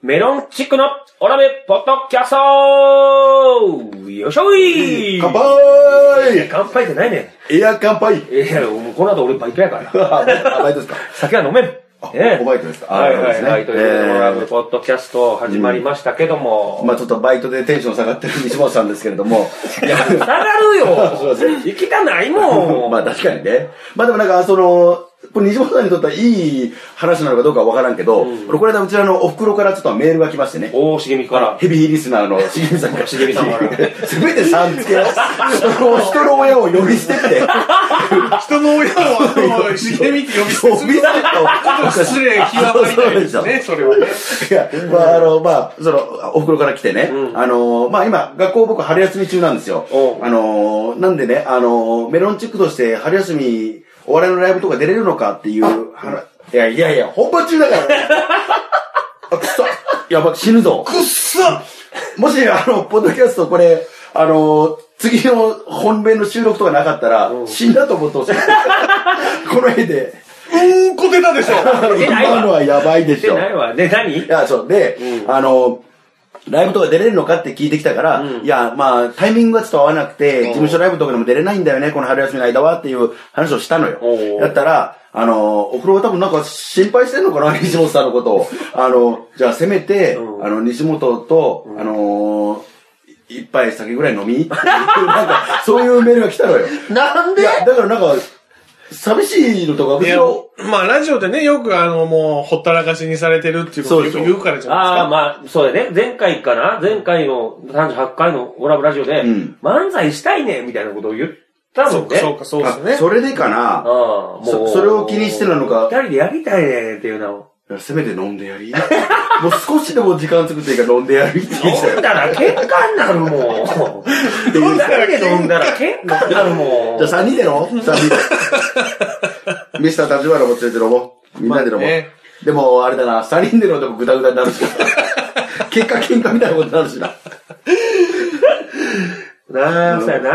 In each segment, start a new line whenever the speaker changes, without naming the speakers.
メロンチックのオラメポッドキャストよいしょい
乾
いや
杯
乾杯じゃないね。
エア乾杯
いや、もうこの後俺バイトやから。
ああバイトですか
酒は飲めん。
あ
ね
おバイトですかあ
はいはい
な
はい。
る
と
ほ
いう
どで
ことで、
すねえー
オラメポッドキャスト始まりましたけども。
まあちょっとバイトでテンション下がってる西本さんですけれども。いや
下がるよ
すいま
行きたないもん。
まあ確かにね。まあでもなんか、その、これ西本さんにとってはいい話なのかどうかは分からんけど、俺これ間うちらのお袋からちょっとメールが来ましてね。
大茂みから。
ヘビーリスナーのしげみさんから。
しげみさんから
すべてさん付けを、その人の親を呼び捨てって。
人の親を、あの、茂みって呼び捨て するのはちょっと失礼極まりないですね、それはね。
いや、まあ、あの、まあ、その、お袋から来てね、あの、まあ今、学校僕春休み中なんですよ
お。う
あの、なんでね、あの、メロンチックとして春休み、お笑いのライブとか出れるのかっていう、はいやいやいや、本番中だから。 あ、くっそやば、死ぬぞ。
くっさ
もし、あの、ポッドキャストこれ、あの、次の本編の収録とかなかったら、死んだと思ってほしい。 この辺で、
うーんこけたでしょ
出ないわ
今のはやばいでし
で
ょ。
ないわ。で、何
いや、そう。で、あの、ライブとか出れるのかって聞いてきたから、いや、まあ、タイミングがちょっと合わなくて、事務所ライブとかでも出れないんだよね、この春休みの間はっていう話をしたのよ
おう。
だったら、あの、お風呂は多分なんか心配してんのかな、西本さんのことを。あの、じゃあせめて、
うん
あの、西本と、あの一杯酒ぐらい飲みっていうなんか、そういうメールが来たのよ。
なん
いや、だからなんか、寂しいのとか、む
い
し
や
ろ、
まあ、ラジオでね、よくあの、もう、ほったらかしにされてるっていうことをよく言うからじゃ
ああ、
な
まあ、そうだね。前回かな前回の38回のオラブラジオで、
うん
漫才したいねみたいなことを言った
い
の
です
ね。
か。そうか、そうか、そうで
あ
すね。
それでか
あ
な、
あ、もう
そそれを気にしてなのか
二人でやりたいねっていうのを。
いやせめて飲んでやり。 もう少しでも時間作っていいから飲んでやりって言って
飲んだら喧嘩になるもん。飲んだら飲んだら喧嘩になるもん。
じゃあ3人で飲もう ?3 人で。ミスター立花も連れて飲もう。みんなで飲もう。
まあね
でも、あれだな、3人で飲んでもグダグダにな るし。結果喧嘩みたいなことになるしな。
なあ、そうやな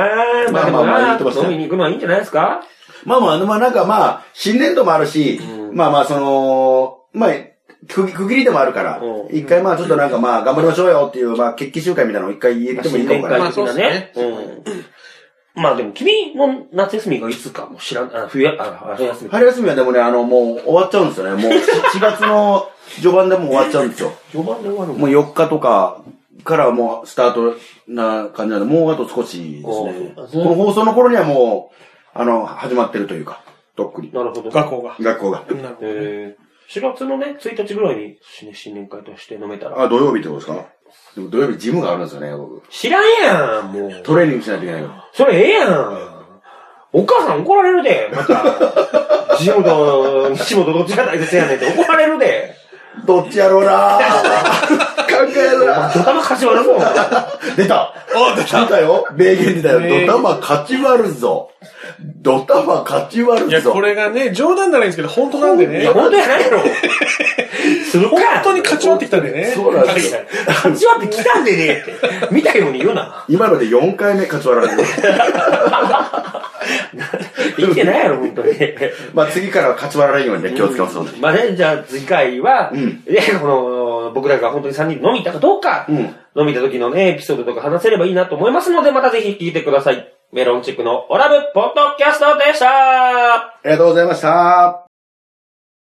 あ。まあでも
まあまあまあ
な
言ってましたよ
飲みに行くのはいいんじゃないですか
まあまあ、あのまあなんかまあ、新年度もあるし、まあまあ、その、まあ、区区切りでもあるから
う、ん
一回まあちょっとなんかまあ頑張りましょうよっていう、まあ決起集会みたいなのを一回言ってもいいかも
年
か
会
な。
的なね。うんまあでも君の夏休みがいつかも知らん、あ冬や、あ、春休み。
春休みはでもね、あの、もう終わっちゃうんですよね。もう7月の序盤でもう終わっちゃうんですよ。
序盤で終わるも
も
ん。
う4日とかからもうスタートな感じなので、もうあと少しですね。
おう
この放送の頃にはもう、あの、始まってるというか、とっくに。
なるほど。
学校が。
学校が。
なるほど
えー、4月のね、1日ぐらいに新年新年会として飲めたら。
あ、土曜日ってことですかでも土曜日ジムがあるんですよね、僕。
知らんやん、もう。
トレーニングしないといけないか
それええやん。お母さん怒られるで、また。ジムと西本どっちが大切やねんって怒られるで。
ら。どっちやろうな考えるな
ドタマかしわるぞ。
出た
お出た
出たよ名言出た
名言
よ。ドタマ勝ち割るぞ。ドタマ勝ち割
い
る
や、
ぞ。
これがね、冗談ならいいんですけど、本当なんで
い
ね
や、。本当やないやろ。するか。
本当に勝ち割ってきたんでね。
そうなんですよ。
勝ち割ってきたんでねって。見たように言うな。
今ので4回目勝ち割られる。
言ってないやろ、本当に。
まあ次からは勝ち割られんようにね、気をつけますので。
まあね、じゃあ次回は、
うん
ねこの、僕らが本当に3人で飲み行ったかどうか、
うん
飲み行った時のね、エピソードとか話せればいいなと思いますので、またぜひ聞いてください。メロンチックのオラブポッドキャストでした
ありがとうございました。